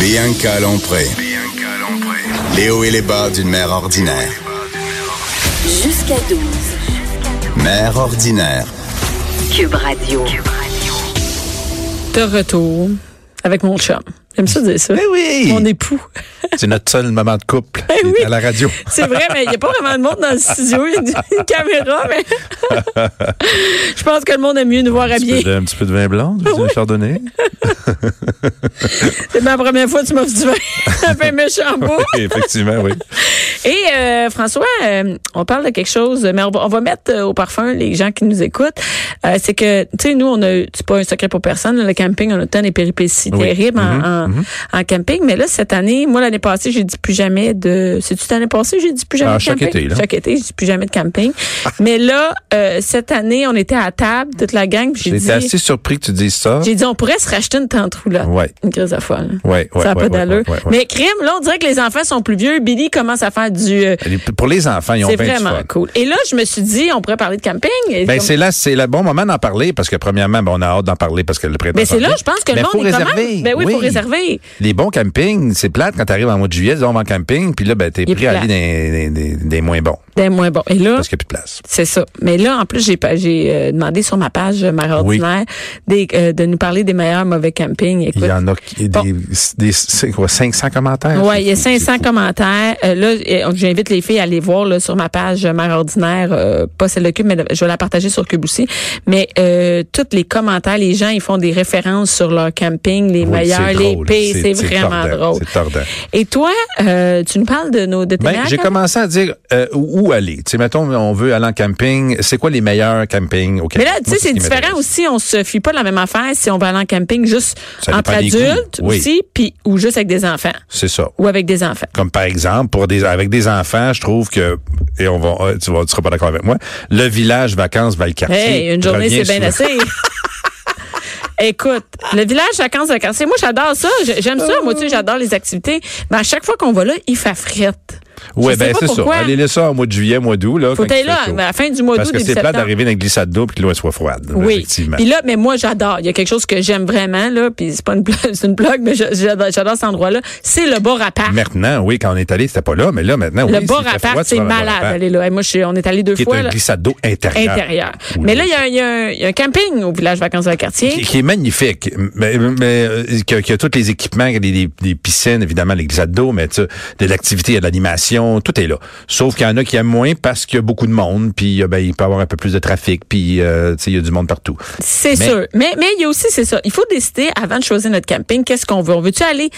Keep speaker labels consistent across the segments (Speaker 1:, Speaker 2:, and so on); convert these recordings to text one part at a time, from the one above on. Speaker 1: Bianca Lompré. Les hauts et les bas d'une mère ordinaire.
Speaker 2: Jusqu'à 12.
Speaker 1: Mère ordinaire.
Speaker 2: Cube Radio.
Speaker 3: De retour avec mon chum. J'aime ça dire ça.
Speaker 4: Mais Ben oui!
Speaker 3: Mon époux.
Speaker 4: C'est notre seul moment de couple
Speaker 3: Eh
Speaker 4: qui est
Speaker 3: oui.
Speaker 4: à la radio.
Speaker 3: C'est vrai, mais il n'y a pas vraiment de monde dans le studio. Il y a une- une caméra, mais je pense que le monde aime mieux nous voir
Speaker 4: Un petit,
Speaker 3: habillés.
Speaker 4: peu de, un petit peu de vin blanc,
Speaker 3: Ah
Speaker 4: du vin chardonnay.
Speaker 3: C'est ma première fois que tu m'offres du vin. Un peu méchant beau.
Speaker 4: Oui, effectivement, oui.
Speaker 3: Et euh, François, euh, on parle de quelque chose, mais on va, on va mettre euh, au parfum les gens qui nous écoutent. Euh, c'est que, tu sais, nous, on a, c'est pas un secret pour personne, le camping, on a tant des péripéties
Speaker 4: Oui. Mm-hmm.
Speaker 3: terribles en- en, en camping. Mais là, cette année, moi, l'année passée, j'ai dit plus jamais de... C'est-tu l'année passée, j'ai dit plus jamais
Speaker 4: Ah,
Speaker 3: de
Speaker 4: chaque
Speaker 3: camping?
Speaker 4: été, là. Ah.
Speaker 3: Chaque été, j'ai dit plus jamais de camping. mais là, euh, cette année, on était à table, toute la gang, puis j'ai dit...
Speaker 4: J'étais assez surpris que tu dises ça.
Speaker 3: J'ai dit, on pourrait se racheter une tente roulotte.
Speaker 4: Ouais.
Speaker 3: Une crise de folle.
Speaker 4: Ouais,
Speaker 3: ça
Speaker 4: ouais,
Speaker 3: n'a
Speaker 4: ouais,
Speaker 3: pas
Speaker 4: ouais,
Speaker 3: d'allure.
Speaker 4: ouais, ouais, ouais.
Speaker 3: Mais crime, là, on dirait que les enfants sont plus vieux. Billy commence à faire du... euh,
Speaker 4: Les- Pour les enfants, ils ont
Speaker 3: c'est
Speaker 4: 20
Speaker 3: vraiment cool. Et là, je me suis dit, on pourrait parler de camping. Et
Speaker 4: Ben,
Speaker 3: comme-
Speaker 4: c'est là, c'est le bon moment d'en parler parce que premièrement, ben, on a hâte d'en parler parce que le printemps.
Speaker 3: Ben, c'est
Speaker 4: s'en
Speaker 3: là,
Speaker 4: vient.
Speaker 3: je pense que
Speaker 4: Mais
Speaker 3: le monde
Speaker 4: faut
Speaker 3: est quand
Speaker 4: réserver.
Speaker 3: même- Ben oui, faut réserver.
Speaker 4: Les bons campings, c'est plate quand t'arrives en mois de juillet, disons, on va en camping, puis là, ben, t'es
Speaker 3: Il est
Speaker 4: pris à
Speaker 3: plate.
Speaker 4: aller des, des, des- des moins bons
Speaker 3: Ben, moins bon. Et là,
Speaker 4: parce qu'il n'y a plus de place.
Speaker 3: c'est ça. Mais là, en plus, j'ai pas- j'ai euh, demandé sur ma page euh, Mère
Speaker 4: Oui.
Speaker 3: Ordinaire des, euh, de nous parler des meilleurs mauvais campings. Écoute,
Speaker 4: Il y en a qui-
Speaker 3: Bon.
Speaker 4: des, des, c'est quoi, 500 commentaires.
Speaker 3: Ouais, il y a
Speaker 4: C'est fou, c'est
Speaker 3: 500
Speaker 4: fou.
Speaker 3: commentaires. Euh, là, et, euh, j'invite les filles à aller voir là, sur ma page euh, Mère Ordinaire, euh, pas celle de Cube, mais le- je vais la partager sur Cube aussi. Mais euh, tous les commentaires, les gens, ils font des références sur leur camping, les
Speaker 4: Oui,
Speaker 3: meilleurs,
Speaker 4: c'est
Speaker 3: les
Speaker 4: drôle.
Speaker 3: pires. C'est
Speaker 4: C'est- c'est
Speaker 3: vraiment
Speaker 4: tordant,
Speaker 3: drôle.
Speaker 4: c'est tordant.
Speaker 3: Et toi, euh, tu nous parles de nos de tes
Speaker 4: Ben,
Speaker 3: meilleurs
Speaker 4: j'ai
Speaker 3: camp-
Speaker 4: commencé à dire euh, où où aller. Tu sais, mettons, on veut aller en camping. C'est quoi les meilleurs campings au
Speaker 3: Mais
Speaker 4: Québec?
Speaker 3: là, tu sais,
Speaker 4: Moi, ce
Speaker 3: c'est
Speaker 4: qui
Speaker 3: différent
Speaker 4: m'intéresse.
Speaker 3: aussi. On se fie pas de la même affaire si on va aller en camping juste
Speaker 4: Ça
Speaker 3: entre
Speaker 4: dépend des goûts.
Speaker 3: adultes
Speaker 4: Oui.
Speaker 3: aussi, puis ou juste avec des enfants
Speaker 4: C'est ça.
Speaker 3: ou avec des enfants.
Speaker 4: Comme par exemple, pour des avec des enfants, je trouve que et on va euh, tu vas tu seras pas d'accord avec moi. Le village vacances Valcartier.
Speaker 3: Hey, une journée,
Speaker 4: revient
Speaker 3: c'est bien
Speaker 4: souvent.
Speaker 3: assez. Écoute, le village vacances de quartier, moi j'adore ça, J- j'aime ça, moi tu sais, j'adore les activités, mais à chaque fois qu'on va là, il fait frette.
Speaker 4: Ouais,
Speaker 3: Je sais
Speaker 4: ben
Speaker 3: pas
Speaker 4: c'est ça.
Speaker 3: pourquoi.
Speaker 4: Allez là ça au mois de juillet, mois d'août là.
Speaker 3: Faut
Speaker 4: quand il
Speaker 3: aller là,
Speaker 4: fait chaud.
Speaker 3: à la fin du mois
Speaker 4: Parce
Speaker 3: d'août,
Speaker 4: que
Speaker 3: début
Speaker 4: c'est plate
Speaker 3: septembre.
Speaker 4: d'arriver dans une glissade d'eau puis que l'eau elle soit froide.
Speaker 3: Oui.
Speaker 4: Effectivement.
Speaker 3: Puis là, mais moi j'adore, il y a quelque chose que j'aime vraiment là, puis c'est pas une blague, c'est une blague, mais je- j'adore j'adore cet endroit-là, c'est le bar à part.
Speaker 4: Maintenant, oui, quand on est allé, c'était pas là, mais là maintenant,
Speaker 3: Le
Speaker 4: oui,
Speaker 3: bar
Speaker 4: s'il
Speaker 3: à
Speaker 4: fait
Speaker 3: part,
Speaker 4: froid, tu
Speaker 3: c'est
Speaker 4: vas dans le bar à
Speaker 3: malade
Speaker 4: part,
Speaker 3: d'aller là. Et moi je suis- on est allé deux
Speaker 4: Qui est
Speaker 3: fois
Speaker 4: un
Speaker 3: là,
Speaker 4: glissade d'eau intérieur.
Speaker 3: intérieur.
Speaker 4: Oui.
Speaker 3: Mais là il y a un- il y, a un- il y a un camping au village vacances de quartier.
Speaker 4: qui, qui est magnifique, mais, mais euh, qui, a, qui a tous les équipements, les, les- les piscines, évidemment, les glissades d'eau, mais tu sais, de l'activité, il y a de l'animation, tout est là. Sauf qu'il y en a qui aiment moins parce qu'il y a beaucoup de monde, puis euh, ben, il peut y avoir un peu plus de trafic, puis euh, tu sais, il y a du monde partout.
Speaker 3: C'est
Speaker 4: Mais-
Speaker 3: sûr. Mais mais il y a aussi c'est ça. Il faut décider avant de choisir notre camping qu'est-ce qu'on veut. On veut-tu aller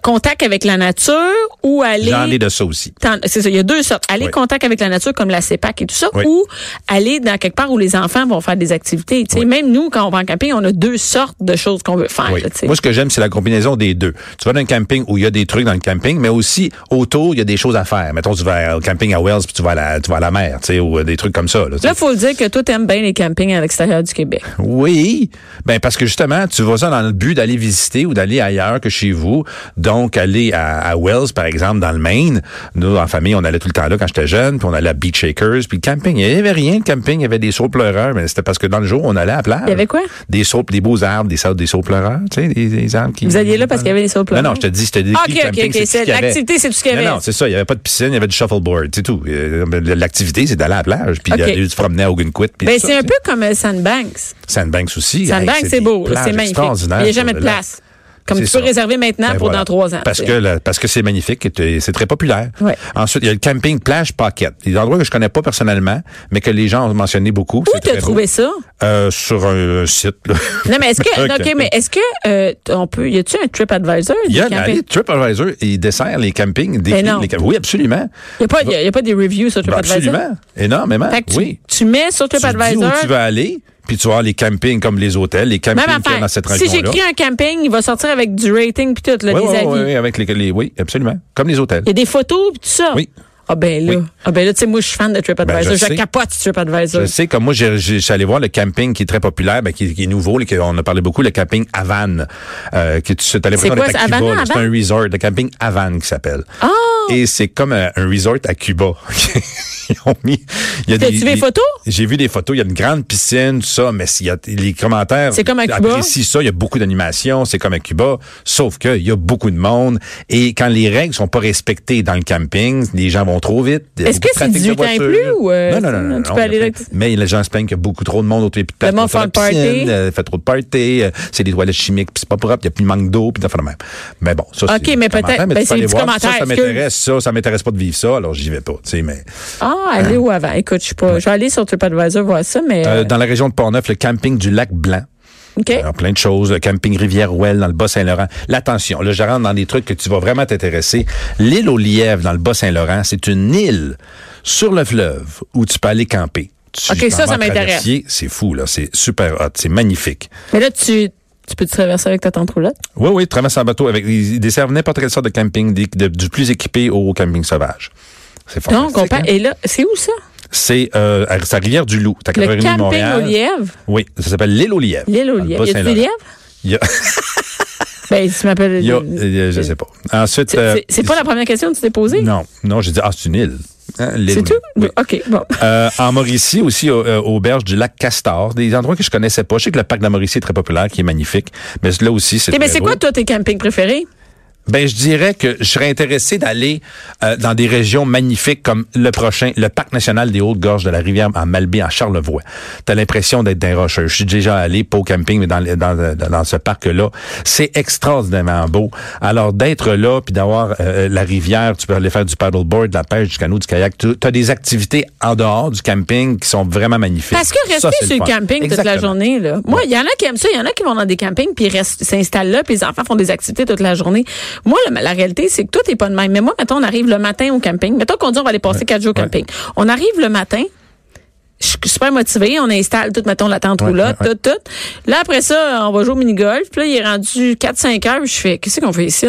Speaker 3: contact avec la nature ou
Speaker 4: J'en ai
Speaker 3: aller
Speaker 4: de ça aussi.
Speaker 3: T'en- c'est ça, il y a deux sortes. Aller
Speaker 4: Oui.
Speaker 3: contact avec la nature comme la CEPAC et tout ça,
Speaker 4: Oui.
Speaker 3: ou aller dans quelque part où les enfants vont faire des activités. Tu sais,
Speaker 4: Oui.
Speaker 3: Même nous, quand on va en camping, on a deux sortes de choses qu'on veut faire.
Speaker 4: Oui.
Speaker 3: là, tu Ah, sais.
Speaker 4: Moi, ce que j'aime, c'est la combinaison des deux. Tu vas dans un camping où il y a des trucs dans le camping, mais aussi autour, il y a des choses à faire. Mettons, tu vas au camping à Wells, puis tu vas à la, tu vas à la mer, tu sais, ou euh, des trucs comme ça. Là, tu sais.
Speaker 3: Là, faut le dire que toi, t'aimes bien les campings à l'extérieur du Québec.
Speaker 4: Oui, ben parce que justement, tu vas ça dans le but d'aller visiter ou d'aller ailleurs que chez vous. Donc, aller à, à Wells, par exemple, dans le Maine. Nous, en famille, on allait tout le temps là quand j'étais jeune, puis on allait à Beach Shakers, puis le camping. Il n'y avait rien de camping, il y avait des sauts pleureurs, mais c'était parce que dans le jour, on allait à la plage.
Speaker 3: Il y avait quoi?
Speaker 4: Des sauts, des beaux arbres, des sauts, des sauts pleureurs, tu sais, des, des arbres qui...
Speaker 3: Vous alliez là parce qu'il y avait des sauts pleureurs?
Speaker 4: Non, non, je te dis, c'était des
Speaker 3: Ah, ok, ok, ok, c'est- l'activité, c'est tout ce qu'il y avait.
Speaker 4: Non, non, c'est ça, il n'y avait pas de piscine, il y avait du shuffleboard, c'est tout. Euh, L'activité, c'est d'aller à la plage, puis
Speaker 3: Ok.
Speaker 4: d'aller se promener à Ogunquit, puis
Speaker 3: Ben,
Speaker 4: tout
Speaker 3: c'est
Speaker 4: ça,
Speaker 3: un
Speaker 4: tu sais.
Speaker 3: peu comme euh, Sandbanks.
Speaker 4: Sandbanks aussi. Hey,
Speaker 3: Sandbanks, c'est
Speaker 4: des
Speaker 3: beau,
Speaker 4: plages
Speaker 3: c'est magnifique. Il n'y
Speaker 4: extraordinaires
Speaker 3: a jamais
Speaker 4: sur
Speaker 3: de
Speaker 4: le lac.
Speaker 3: place. Comme
Speaker 4: C'est
Speaker 3: tu peux
Speaker 4: ça.
Speaker 3: réserver maintenant
Speaker 4: Ben
Speaker 3: pour
Speaker 4: voilà.
Speaker 3: dans trois ans.
Speaker 4: Parce
Speaker 3: tu
Speaker 4: que
Speaker 3: sais.
Speaker 4: la- parce que c'est magnifique, et c'est très populaire.
Speaker 3: Ouais.
Speaker 4: Ensuite, il y a le camping plage pocket, des endroits que je connais pas personnellement, mais que les gens ont mentionné beaucoup.
Speaker 3: Où t'as trouvé ça?
Speaker 4: Euh, sur un, un site. là.
Speaker 3: Non, mais est-ce que,
Speaker 4: Un
Speaker 3: non, ok,
Speaker 4: camping.
Speaker 3: mais est-ce que euh, t- on peut, y a-tu un trip advisor?
Speaker 4: Il y a la- TripAdvisor, il dessert les campings. Des
Speaker 3: Ben non.
Speaker 4: les camp- oui, absolument.
Speaker 3: n'y a pas, y a, y a pas des reviews sur
Speaker 4: Ben,
Speaker 3: TripAdvisor?
Speaker 4: absolument. Énormément.
Speaker 3: Fait que tu,
Speaker 4: oui.
Speaker 3: tu mets sur
Speaker 4: Tu dis
Speaker 3: TripAdvisor.
Speaker 4: où tu veux aller, puis tu vas voir les campings comme les hôtels, les campings
Speaker 3: Même
Speaker 4: qu'il y a
Speaker 3: affaire.
Speaker 4: dans cette
Speaker 3: si
Speaker 4: région-là.
Speaker 3: j'écris un camping, il va sortir avec du rating puis tout, là,
Speaker 4: oui,
Speaker 3: des
Speaker 4: oui,
Speaker 3: avis.
Speaker 4: oui,
Speaker 3: Il
Speaker 4: oui, avec les, les- oui, absolument. Comme les hôtels.
Speaker 3: y a des photos puis tout ça.
Speaker 4: Oui.
Speaker 3: Ah ben là.
Speaker 4: Oui.
Speaker 3: Ah ben là, tu sais, moi, je suis fan de TripAdvisor.
Speaker 4: Ben,
Speaker 3: je
Speaker 4: je sais.
Speaker 3: capote sur TripAdvisor.
Speaker 4: Je sais, comme moi, j'ai- j'ai- je suis allé voir le camping qui est très populaire, ben, qui, qui est nouveau, là, qu'on a parlé beaucoup, le camping Havane. Euh, qui, tu as l'impression
Speaker 3: quoi,
Speaker 4: d'être à
Speaker 3: c'est
Speaker 4: Cuba.
Speaker 3: Havana,
Speaker 4: là. C'est
Speaker 3: Havane?
Speaker 4: un resort, le camping Havane qui s'appelle.
Speaker 3: Ah!
Speaker 4: Et c'est comme euh, un resort à Cuba. Ils ont mis. il y a
Speaker 3: T'as-tu vu les
Speaker 4: il-
Speaker 3: photos?
Speaker 4: J'ai vu des photos. Il y a une grande piscine, tout ça, mais s'il y a, les commentaires.
Speaker 3: C'est comme à Cuba.
Speaker 4: apprécient ça. Il y a beaucoup d'animation. C'est comme à Cuba. Sauf qu'il y a beaucoup de monde. Et quand les règles sont pas respectées dans le camping, les gens vont trop vite. Il y a
Speaker 3: Est-ce que
Speaker 4: beaucoup de
Speaker 3: c'est
Speaker 4: trafic
Speaker 3: 18
Speaker 4: de
Speaker 3: ans et
Speaker 4: voitures.
Speaker 3: plus ou, euh,
Speaker 4: non, non, non,
Speaker 3: tu
Speaker 4: non,
Speaker 3: peux
Speaker 4: non,
Speaker 3: aller là-
Speaker 4: Mais les gens se plaignent qu'il y a beaucoup trop de monde autour des
Speaker 3: Le monde
Speaker 4: autour de la
Speaker 3: fait le party.
Speaker 4: piscine, euh, fait trop de party. euh, C'est des toilettes chimiques, puis c'est pas propre. Il y a plus de manque d'eau, puis d'affaires de même. Mais bon, ça,
Speaker 3: OK,
Speaker 4: c'est
Speaker 3: mais
Speaker 4: un commentaire,
Speaker 3: peut-être- ben,
Speaker 4: mais tu peux
Speaker 3: c'est
Speaker 4: aller
Speaker 3: du
Speaker 4: voir.
Speaker 3: commentaire,
Speaker 4: Ça, ça
Speaker 3: excuse.
Speaker 4: m'intéresse, ça. Ça m'intéresse pas de vivre ça, alors j'y vais pas, tu sais, mais.
Speaker 3: Ah, allez où avant? Écoute, je sais pas. Je vais aller sur TripAdvisor voir ça, mais.
Speaker 4: Euh,
Speaker 3: euh,
Speaker 4: dans la région de Portneuf, le camping du lac Blanc.
Speaker 3: OK.
Speaker 4: Alors, plein de choses. Le camping Rivière-Ouelle dans le Bas-Saint-Laurent. L'attention, là, je rentre dans des trucs que tu vas vraiment t'intéresser. L'île aux lièvres dans le Bas-Saint-Laurent, c'est une île sur le fleuve où tu peux aller camper. Tu
Speaker 3: OK,
Speaker 4: peux
Speaker 3: ça, ça
Speaker 4: vraiment
Speaker 3: m'intéresse.
Speaker 4: traverser. C'est fou, là. C'est super hot. C'est magnifique.
Speaker 3: Mais là, tu, tu peux te traverser avec ta tente roulotte?
Speaker 4: Oui, oui, traverse en bateau. Avec, ils ils desservent n'importe quelle sorte de camping, des- de- du plus équipé au camping sauvage. C'est
Speaker 3: Donc,
Speaker 4: fantastique.
Speaker 3: on part-
Speaker 4: hein?
Speaker 3: Et là, c'est où ça?
Speaker 4: C'est euh, à sa rivière du Loup. T'as
Speaker 3: Le camping
Speaker 4: Montréal.
Speaker 3: aux lièvres?
Speaker 4: Oui, ça s'appelle l'île aux lièvres.
Speaker 3: L'île aux
Speaker 4: Dans le
Speaker 3: lièvres. Y a-tu des
Speaker 4: Bas-Saint-Laurent.
Speaker 3: lièvres?
Speaker 4: Il y a-
Speaker 3: Ben, tu m'appelles.
Speaker 4: Il y a- euh, je sais pas. Ensuite.
Speaker 3: C'est-
Speaker 4: euh,
Speaker 3: c'est- C'est pas la première question que tu t'es posée?
Speaker 4: Non, non, j'ai dit, ah, c'est une île. Hein, l'île
Speaker 3: C'est
Speaker 4: où-
Speaker 3: tout?
Speaker 4: oui.
Speaker 3: OK, bon.
Speaker 4: Euh, en Mauricie aussi, au- euh, auberge du lac Castor, des endroits que je connaissais pas. Je sais que le parc de la Mauricie est très populaire, qui est magnifique, mais là aussi, c'est
Speaker 3: Eh ben,
Speaker 4: très
Speaker 3: c'est
Speaker 4: beau.
Speaker 3: quoi, toi, tes campings préférés?
Speaker 4: Ben, je dirais que je serais intéressé d'aller euh, dans des régions magnifiques comme le prochain, le parc national des Hautes-Gorges de la rivière en Malbaie, en Charlevoix. T'as l'impression d'être dans les rocheux. Je suis déjà allé, pas au camping, mais dans, le- dans, euh, dans ce parc-là. C'est extraordinairement beau. Alors, d'être là, puis d'avoir euh, la rivière, tu peux aller faire du paddleboard, de la pêche, du canot, du kayak. Tu as des activités en dehors du camping qui sont vraiment magnifiques.
Speaker 3: Parce que rester
Speaker 4: Ça, c'est
Speaker 3: sur le
Speaker 4: fun.
Speaker 3: camping toute la
Speaker 4: Exactement.
Speaker 3: journée, là. Moi, il y en a qui aiment ça, il y en a qui vont dans des campings puis ils restent- s'installent là, puis les enfants font des activités toute la journée. Moi, la, la réalité, c'est que tout est pas de même. Mais moi, mettons, on arrive le matin au camping. Mettons qu'on dit on va aller passer quatre jours au
Speaker 4: ouais.
Speaker 3: camping. On arrive le matin. Je suis super motivée. On installe tout, mettons, la tente
Speaker 4: Ouais,
Speaker 3: roulotte,
Speaker 4: ouais, ouais.
Speaker 3: tout, tout. Là, après ça, on va jouer au mini-golf. Puis là, il est rendu 4-5 heures. puis Je fais, qu'est-ce qu'on fait ici?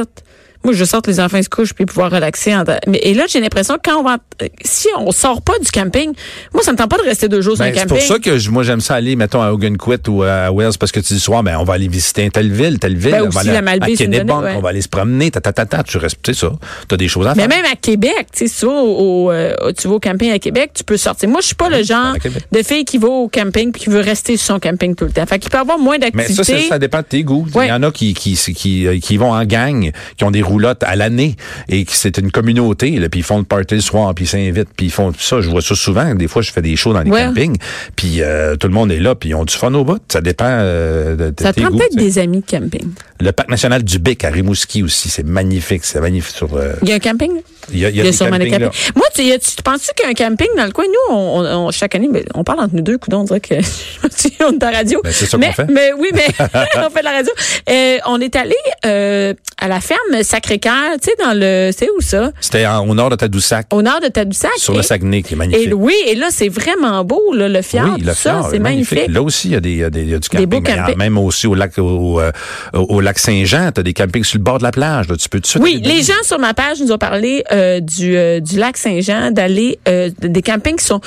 Speaker 3: Moi, je sorte les enfants se couchent puis pouvoir relaxer. en- Mais- Et là, j'ai l'impression que quand on va, si on sort pas du camping, moi, ça me tente pas de rester deux jours sur
Speaker 4: Ben,
Speaker 3: un
Speaker 4: c'est
Speaker 3: camping.
Speaker 4: pour ça que je- moi j'aime ça aller mettons à Ogunquit ou à Wells parce que tu dis soir ben on va aller visiter telle ville telle ville
Speaker 3: Ben,
Speaker 4: on
Speaker 3: aussi,
Speaker 4: va aller
Speaker 3: la
Speaker 4: à-
Speaker 3: Malbaie,
Speaker 4: à
Speaker 3: c'est une donnée,
Speaker 4: Kennebunk,
Speaker 3: ouais.
Speaker 4: on va aller se promener ta ta ta ta tu restes tu sais ça t'as des choses à
Speaker 3: Mais
Speaker 4: faire
Speaker 3: même à Québec, tu sais, si tu vas au, au, euh, tu vas au camping à Québec, tu peux sortir. Moi, je suis pas le genre
Speaker 4: à Québec.
Speaker 3: de fille qui va au camping puis qui veut rester sur son camping tout le temps. Fait qu'il peut avoir moins
Speaker 4: mais ça, c'est-
Speaker 3: d'activités.
Speaker 4: ça dépend de tes goûts.
Speaker 3: Ouais.
Speaker 4: Il y en a qui qui, qui euh, qui vont en gang, qui ont des roulottes à l'année et qui c'est une communauté. Là, puis ils font le party le soir, puis ils s'invitent, puis ils font ça. Je vois ça souvent. Des fois, je fais des shows dans les
Speaker 3: Ouais.
Speaker 4: campings, puis euh, tout le monde est là, puis ils ont du fun au bout. Ça dépend euh, de, de
Speaker 3: Ça te
Speaker 4: tes
Speaker 3: prend
Speaker 4: goûts.
Speaker 3: peut-être
Speaker 4: tu sais.
Speaker 3: des amis de camping.
Speaker 4: Le parc national du Bec à Rimouski aussi, c'est magnifique. C'est magnifique sur. euh,
Speaker 3: Il y a un camping? là?
Speaker 4: Il y a, il y a
Speaker 3: Il y a
Speaker 4: des
Speaker 3: sûrement des
Speaker 4: campings, là.
Speaker 3: campings. Moi, tu, y a- tu- tu penses-tu qu'il y a un camping dans le coin? Nous, on, on- on- chaque année, ben, on parle entre nous deux, coudons, on dirait que tu- on est à la radio.
Speaker 4: Ben, c'est ça qu'on
Speaker 3: mais,
Speaker 4: fait.
Speaker 3: mais oui, mais on fait de la radio. Euh, on est allé euh, à la ferme Sacré-Cœur, tu sais, dans le. C'est où ça?
Speaker 4: C'était en- au nord de Tadoussac,
Speaker 3: Au nord de Tadoussac.
Speaker 4: sur le
Speaker 3: Et-
Speaker 4: Saguenay, qui est magnifique.
Speaker 3: Et oui, et là, c'est vraiment beau, là, le fjord,
Speaker 4: oui,
Speaker 3: tout
Speaker 4: le fjord,
Speaker 3: ça, c'est magnifique.
Speaker 4: Là aussi, il y a, des, il y a des- il y a du camping.
Speaker 3: beaux
Speaker 4: mais il y en a
Speaker 3: campings.
Speaker 4: Même aussi au lac, au, euh, au- au lac Saint-Jean, tu as des campings sur le bord de la plage. là. Tu peux tout de suite
Speaker 3: Oui,
Speaker 4: aller
Speaker 3: les
Speaker 4: dedans.
Speaker 3: gens sur ma page nous ont parlé euh, du, euh, du lac Saint-Jean, d'aller euh, des campings qui sont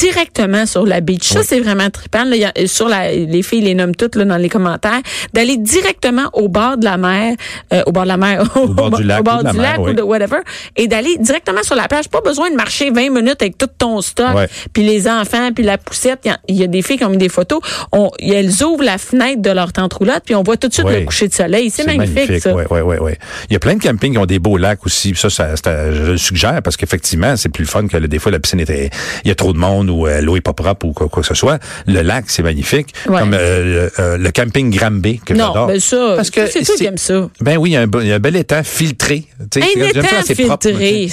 Speaker 3: directement sur la beach. Ça, c'est vraiment trippant. Là, Il y a- euh, sur la, les filles les nomment toutes là, dans les commentaires. D'aller directement au bord de la mer, euh, au bord de la mer, au,
Speaker 4: bord du lac
Speaker 3: au
Speaker 4: ou
Speaker 3: bord
Speaker 4: de la
Speaker 3: du
Speaker 4: mer,
Speaker 3: lac
Speaker 4: oui.
Speaker 3: ou de whatever, et d'aller directement sur la plage. Pas besoin de marcher 20 minutes avec tout ton stock,
Speaker 4: Ouais.
Speaker 3: puis les enfants, puis la poussette. Il y a- Il y, a des filles qui ont mis des photos. On, elles ouvrent la fenêtre de leur tente roulotte, puis on voit tout de suite
Speaker 4: Oui.
Speaker 3: le coucher de soleil. C'est magnifique, ça.
Speaker 4: Oui, oui, oui, oui. Il y a plein de campings qui ont des beaux lacs aussi. Puis Ça, ça, c'est, euh, je le suggère parce qu'effectivement, c'est plus le fun que le- des fois la piscine était. Il y a trop de monde ou euh, l'eau est pas propre ou quoi, quoi que ce soit. Le lac, c'est magnifique.
Speaker 3: Ouais.
Speaker 4: Comme euh, le, euh, le camping Grambay que
Speaker 3: Non,
Speaker 4: j'adore.
Speaker 3: ben ça,
Speaker 4: Parce que
Speaker 3: c'est toi qui aimes ça.
Speaker 4: Ben oui, il y a un, beau- il y a un bel étang filtré. Tu sais,
Speaker 3: Un
Speaker 4: j'aime ça,
Speaker 3: étang
Speaker 4: c'est propre.
Speaker 3: filtré.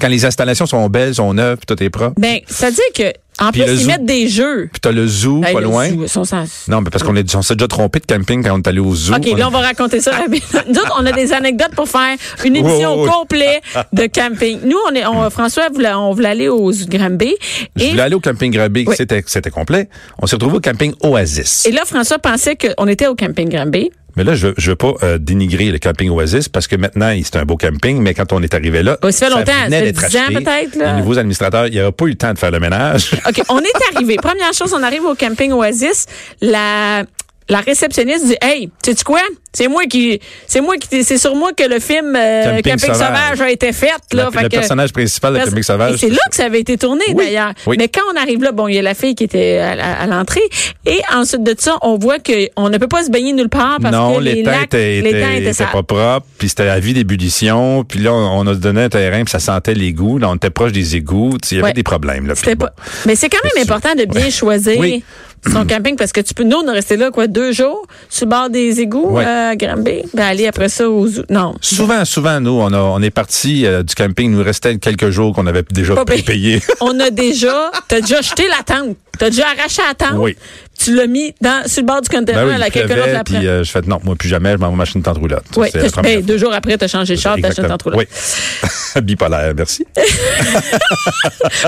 Speaker 4: Quand les installations sont belles, sont neuves, puis tout est propre.
Speaker 3: Ben, c'est-à-dire que, en
Speaker 4: Puis
Speaker 3: plus,
Speaker 4: le
Speaker 3: ils
Speaker 4: zoo.
Speaker 3: mettent des jeux.
Speaker 4: Puis t'as le zoo
Speaker 3: Ben,
Speaker 4: pas
Speaker 3: le
Speaker 4: loin.
Speaker 3: zoo, son sens.
Speaker 4: Non, mais parce qu'on est, on s'est déjà trompé de camping quand on est allé au zoo.
Speaker 3: OK,
Speaker 4: On a-
Speaker 3: là, on va raconter ça rapidement. Nous autres, on a des anecdotes pour faire une édition
Speaker 4: Wow.
Speaker 3: complète de camping. Nous, on est, on, François, voulait- on voulait aller aux zoo de Granby.
Speaker 4: Je
Speaker 3: Et,
Speaker 4: voulais aller au camping Grabé,
Speaker 3: Oui.
Speaker 4: c'était, c'était complet. On s'est retrouvé au camping Oasis.
Speaker 3: et là, François pensait qu'on était au camping Granby.
Speaker 4: Mais là, je veux, je veux pas euh, dénigrer le camping Oasis parce que maintenant, il- c'est un beau camping, mais quand on est arrivé là,
Speaker 3: Oh, ça fait longtemps,
Speaker 4: venait
Speaker 3: ça fait
Speaker 4: d'être
Speaker 3: 10 ans
Speaker 4: acheté.
Speaker 3: peut-être, là. Ah,
Speaker 4: Les nouveaux administrateurs, il n'y a pas eu le temps de faire le ménage.
Speaker 3: OK, on est arrivé. Première chose, on arrive au camping Oasis. La la réceptionniste dit Hey, sais tu quoi? C'est moi qui. C'est moi qui. C'est sur moi que le film euh, Camping,
Speaker 4: Camping
Speaker 3: Sauvage.
Speaker 4: Sauvage
Speaker 3: a été fait. Là,
Speaker 4: Le-
Speaker 3: Fait
Speaker 4: le
Speaker 3: que-
Speaker 4: personnage principal de
Speaker 3: Parce-
Speaker 4: Camping Sauvage,
Speaker 3: Et C'est
Speaker 4: c'est
Speaker 3: là
Speaker 4: ça.
Speaker 3: que ça avait été tourné,
Speaker 4: Oui,
Speaker 3: d'ailleurs.
Speaker 4: oui.
Speaker 3: Mais quand on arrive là, bon, il y a la fille qui était à, à- à l'entrée. Et ensuite de ça, on voit qu'on ne peut pas se baigner nulle part parce
Speaker 4: non,
Speaker 3: que les,
Speaker 4: l'étang
Speaker 3: lacs, les
Speaker 4: était, était-
Speaker 3: temps étaient
Speaker 4: était
Speaker 3: sales.
Speaker 4: pas propre, puis c'était la vie d'ébullition, puis là, on, on a donné un terrain, puis ça sentait l'égout, là, on était proche des égouts, tu sais, il y avait
Speaker 3: Ouais.
Speaker 4: des problèmes. Là, puis
Speaker 3: C'était
Speaker 4: Euh, bon.
Speaker 3: pas- Mais c'est quand même
Speaker 4: C'est sûr.
Speaker 3: important de bien
Speaker 4: Ouais.
Speaker 3: choisir
Speaker 4: Oui.
Speaker 3: son camping parce que tu peux. Nous, on est resté là, quoi, deux jours, sur le bord des égouts,
Speaker 4: Ouais.
Speaker 3: euh, à Granby, ben aller après ça aux. zoo. Non.
Speaker 4: Souvent, souvent, nous, on, a, on est parti du camping, il nous restait quelques jours qu'on avait déjà
Speaker 3: Pas payé.
Speaker 4: payé.
Speaker 3: on a déjà, t'as déjà jeté la tente. T'as déjà arraché la tente.
Speaker 4: Oui.
Speaker 3: Tu l'as mis dans, sur le bord du container
Speaker 4: ben oui,
Speaker 3: à
Speaker 4: il
Speaker 3: la quelqu'un d'autre
Speaker 4: pleuvait,
Speaker 3: l'a
Speaker 4: puis
Speaker 3: pris.
Speaker 4: euh, je fais non, moi plus jamais, je m'en vais m'acheter une tente roulotte.
Speaker 3: Oui,
Speaker 4: C'est la
Speaker 3: t'as-
Speaker 4: première
Speaker 3: ben, deux jours après, t'as changé de char, t'as acheté une tente
Speaker 4: Exactement.
Speaker 3: roulante.
Speaker 4: Oui. Bipolaire, merci.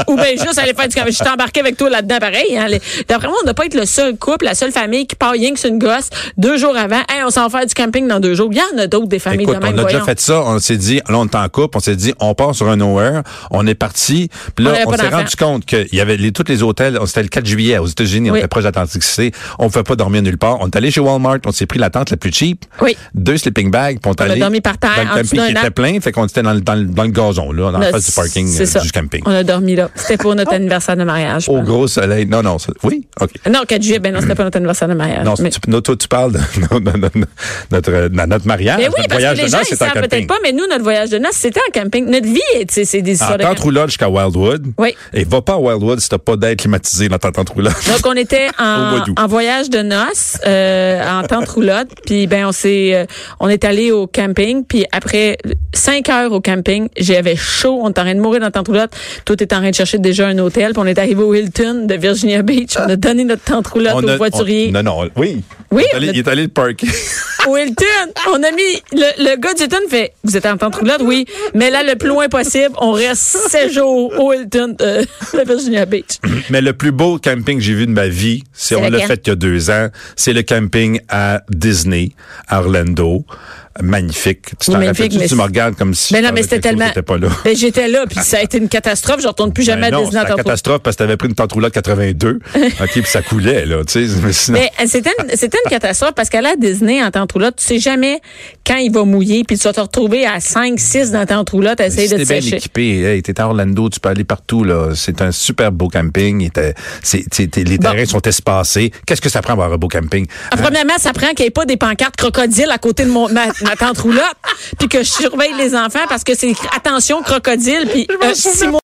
Speaker 3: Ou bien juste aller faire du camping. Je suis embarqué avec toi là-dedans, pareil. hein. Les- D'après moi, on ne doit pas être le seul couple, la seule famille qui part rien que sur une gosse deux jours avant. Hey, on s'en va faire du camping dans deux jours. Il y en a d'autres, des familles
Speaker 4: Écoute,
Speaker 3: de
Speaker 4: on a
Speaker 3: même,
Speaker 4: déjà
Speaker 3: voyons.
Speaker 4: fait ça, on s'est dit, là, on est en couple, on s'est dit, on part sur un nowhere, on est parti, puis
Speaker 3: On
Speaker 4: là,
Speaker 3: avait
Speaker 4: on,
Speaker 3: pas
Speaker 4: s'est
Speaker 3: d'enfants.
Speaker 4: rendu compte qu'il y avait les, tous les hôtels, on- c'était le 4 juillet aux États-Unis, on
Speaker 3: Oui.
Speaker 4: était proche d'Atlantic City, on ne pouvait pas dormir nulle part. On est allé chez Walmart, on s'est pris la tente la plus cheap,
Speaker 3: Oui.
Speaker 4: deux sleeping bags, puis on est
Speaker 3: a
Speaker 4: allé
Speaker 3: dormi par terre,
Speaker 4: dans le
Speaker 3: en dessous
Speaker 4: camping
Speaker 3: d'un
Speaker 4: qui était
Speaker 3: arbre.
Speaker 4: plein, fait qu'on était dans, le- dans, le- dans le gazon, là, dans la
Speaker 3: Notre-
Speaker 4: face du parking
Speaker 3: c'est
Speaker 4: euh,
Speaker 3: ça.
Speaker 4: du camping.
Speaker 3: On a dormi là. C'était pour notre anniversaire de mariage. je
Speaker 4: Au
Speaker 3: pense.
Speaker 4: gros soleil. Non, non, ça- oui, OK.
Speaker 3: Non, 4 juillet, ben non, c'était pas notre anniversaire de mariage.
Speaker 4: Non,
Speaker 3: mais-
Speaker 4: tu, non, toi, tu parles de non, non, non, non, notre, euh, notre mariage,
Speaker 3: Mais oui,
Speaker 4: notre
Speaker 3: parce
Speaker 4: voyage
Speaker 3: que les
Speaker 4: de
Speaker 3: gens,
Speaker 4: noces,
Speaker 3: ils
Speaker 4: c'est en
Speaker 3: savent peut-être
Speaker 4: camping.
Speaker 3: pas, mais nous, notre voyage de noces, c'était en camping. Notre vie, tu sais, c'est des
Speaker 4: En
Speaker 3: histoires de
Speaker 4: tente
Speaker 3: camping.
Speaker 4: roulotte jusqu'à Wildwood.
Speaker 3: Oui.
Speaker 4: Et va pas à Wildwood si t'as pas d'air climatisé dans ta tente roulotte.
Speaker 3: Donc, on était
Speaker 4: Au
Speaker 3: en,
Speaker 4: mois d'août.
Speaker 3: en voyage de noces, euh, en tente roulotte, puis ben on s'est, euh, on est allé au camping, puis après cinq heures au camping, j'avais chaud, on était en train de mourir dans la tente roulotte, tout était en train de chercher déjà un hôtel, puis on est arrivé au Hilton de Virginia Beach, on a donné notre tente roulotte
Speaker 4: On a-
Speaker 3: au voiturier.
Speaker 4: on- non, non, oui.
Speaker 3: Oui,
Speaker 4: Il est allé,
Speaker 3: on a-
Speaker 4: il est allé le park.
Speaker 3: au Hilton, on a mis le, le gars du Hilton fait vous êtes en tente roulotte oui, mais là le plus loin possible, on reste sept jours au Hilton euh, de Virginia Beach.
Speaker 4: Mais le plus beau camping que j'ai vu de ma vie, c'est on l'a
Speaker 3: lequel?
Speaker 4: fait il y a deux ans, c'est le camping à Disney, à Orlando. Magnifique. Tu t'en
Speaker 3: Magnifique,
Speaker 4: rappelles-tu?
Speaker 3: mais
Speaker 4: tu
Speaker 3: c'est-
Speaker 4: me regardes comme si.
Speaker 3: Mais
Speaker 4: je
Speaker 3: Ben non, mais
Speaker 4: parlais de
Speaker 3: c'était
Speaker 4: quelque chose
Speaker 3: tellement.
Speaker 4: qui était pas là.
Speaker 3: Ben, j'étais là, puis ça a été une catastrophe. Je retourne plus jamais
Speaker 4: Ben
Speaker 3: à
Speaker 4: non,
Speaker 3: Disney en
Speaker 4: c'était la
Speaker 3: tente roulotte.
Speaker 4: catastrophe parce que t'avais pris une tente roulotte 82. OK, puis ça coulait, là, tu sais. mais sinon-
Speaker 3: Mais euh, c'était une, c'était une catastrophe parce qu'à la Disney en tente roulotte, tu sais jamais quand il va mouiller, puis tu vas te retrouver à 5, 6 dans la tente roulotte à essayer
Speaker 4: Si
Speaker 3: de te
Speaker 4: t'es bien
Speaker 3: sécher.
Speaker 4: équipé, hey, t'es à Orlando, tu peux aller partout là. C'est un super beau camping. Il était- c'est- t'es- t'es- les
Speaker 3: Bon.
Speaker 4: terrains sont espacés. Qu'est-ce que ça prend pour avoir un beau camping
Speaker 3: Ah, Premièrement, ça prend qu'il n'y ait pas des pancartes crocodiles à côté de mon, ma, ma tante roulotte, puis que je surveille les enfants parce que c'est écrit, attention crocodile, puis euh, six mois